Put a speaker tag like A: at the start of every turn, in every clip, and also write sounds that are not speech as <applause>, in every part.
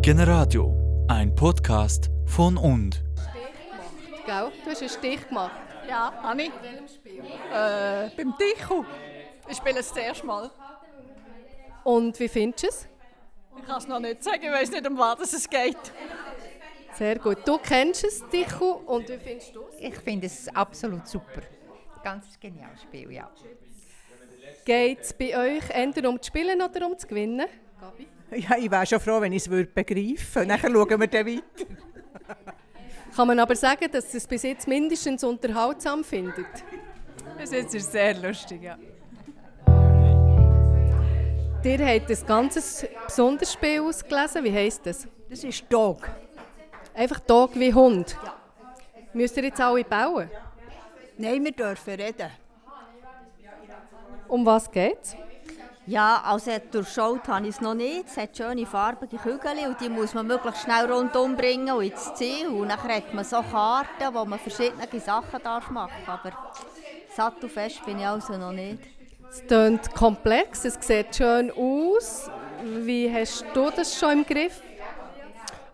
A: Generadio, ein Podcast von und.
B: Gell? Du hast einen Stich gemacht.
C: Ja, habe ich. Äh, beim Tichu. Ich spiele es das erste Mal.
B: Und wie findest du es?
C: Ich kann es noch nicht sagen, ich weiß nicht, um was es geht.
B: Sehr gut. Du kennst es, Tichu. Und wie findest du es?
D: Ich finde es absolut super. Ganz geniales Spiel, ja.
B: Geht es bei euch entweder um zu spielen oder um zu gewinnen?
E: Ja, ich wäre schon froh, wenn ich es begreifen würde. Nachher schauen wir dann weiter.
B: Kann man aber sagen, dass ihr es bis jetzt mindestens unterhaltsam findet.
C: Bis jetzt ist es sehr lustig, ja.
B: Ihr habt ein ganz besonderes Spiel ausgelesen. Wie heisst das?
F: Das ist Dog.
B: Einfach Tag wie Hund. Müsst ihr jetzt alle bauen?
F: Nein, wir dürfen reden.
B: Um was geht's?
G: Ja, also durchschaut habe ich es noch nicht. Es hat schöne farbige Kügel und die muss man möglichst schnell rundum bringen und ins Ziel. Und dann hat man so Karten, wo man verschiedene Sachen darf machen darf. Aber sattelfest bin ich also noch nicht.
B: Es tönt komplex, es sieht schön aus. Wie hast du das schon im Griff?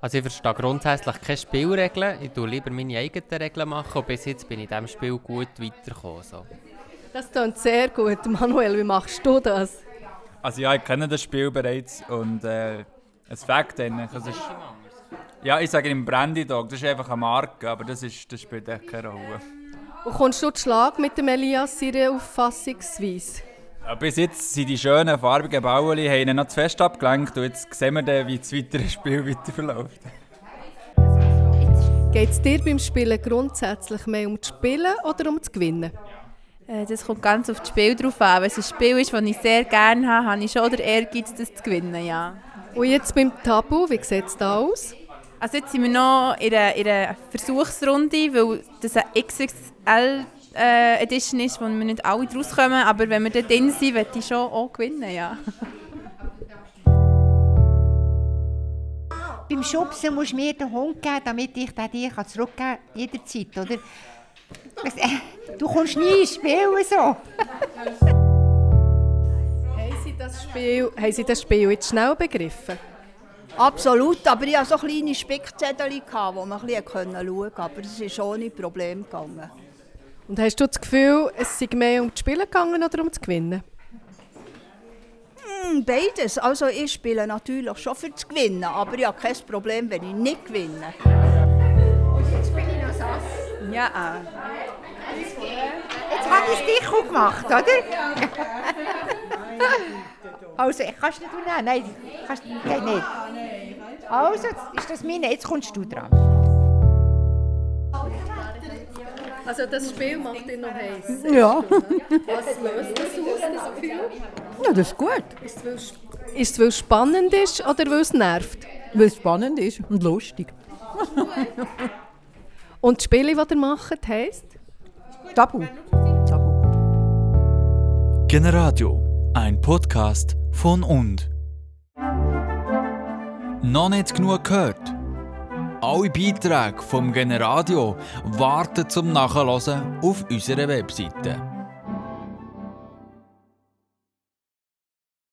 H: Also ich verstehe grundsätzlich keine Spielregeln. Ich tue lieber meine eigenen Regeln machen und bis jetzt bin ich in diesem Spiel gut weitergekommen. So.
B: Das tönt sehr gut. <laughs> Manuel, wie machst du das?
I: Also ja, ich kenne das Spiel bereits und äh, es fängt eigentlich. Es ist, ja, ich sage im Brandy Dog, das ist einfach eine Marke, aber das, ist, das spielt echt keine Rolle.
B: Und kommst du zu Schlag mit dem Elias seiner Auffassungsweise?
I: Ja, bis jetzt sind die schönen farbigen Baueli haben ihn noch zu fest abgelenkt und jetzt sehen wir dann, wie das weitere Spiel <laughs> weiter verläuft.
B: Geht es dir beim Spielen grundsätzlich mehr um das Spielen oder um das Gewinnen?
J: Äh, Das kommt ganz auf das Spiel drauf an. Wenn es ein Spiel ist, das ich sehr gerne habe, habe ich schon den Ehrgeiz, das zu gewinnen, ja.
B: Und jetzt beim Tabu, wie sieht es da aus?
J: Also jetzt sind wir noch in einer, in einer Versuchsrunde, weil das eine XXL äh, Edition ist, wo wir nicht alle draus kommen, aber wenn wir da drin sind, möchte ich schon auch gewinnen, ja.
D: Beim Schubsen musst du mir den Hund geben, damit ich den dir kann zurückgeben kann, jederzeit, oder? Was, äh, Du kommst nie ins Spiel so.
B: Haben Sie das Spiel, haben Sie das Spiel jetzt schnell begriffen?
F: Absolut, aber ich hatte so kleine Spickzettel, gehabt, wo man ein bisschen schauen konnte. Aber es ist ohne Problem gegangen.
B: Und hast du das Gefühl, es sei mehr um das Spielen gegangen oder um das Gewinnen?
F: Hm, Beides. Also ich spiele natürlich schon für das Gewinnen, aber ich habe kein Problem, wenn ich nicht gewinne.
J: Ja,
D: Jetzt habe ich es dich gut gemacht, oder? <laughs> also, ich kannst nicht du nehmen. Nein, kannst, geht nicht. Also, jetzt ist das meine. Jetzt kommst du dran.
B: Also das Spiel macht ihn noch heiß.
E: Ja.
B: Was löst das aus, das Gefühl?
E: ja, das ist gut,
B: Ist es, weil es spannend ist oder weil es nervt?
E: weil es spannend ist und lustig.
B: Und die Spiele, die ihr macht, heisst?
E: Tabu. Tabu.
A: Generadio, ein Podcast von und. Noch nicht genug gehört? Alle Beiträge vom Generadio warten zum Nachhören auf unserer Webseite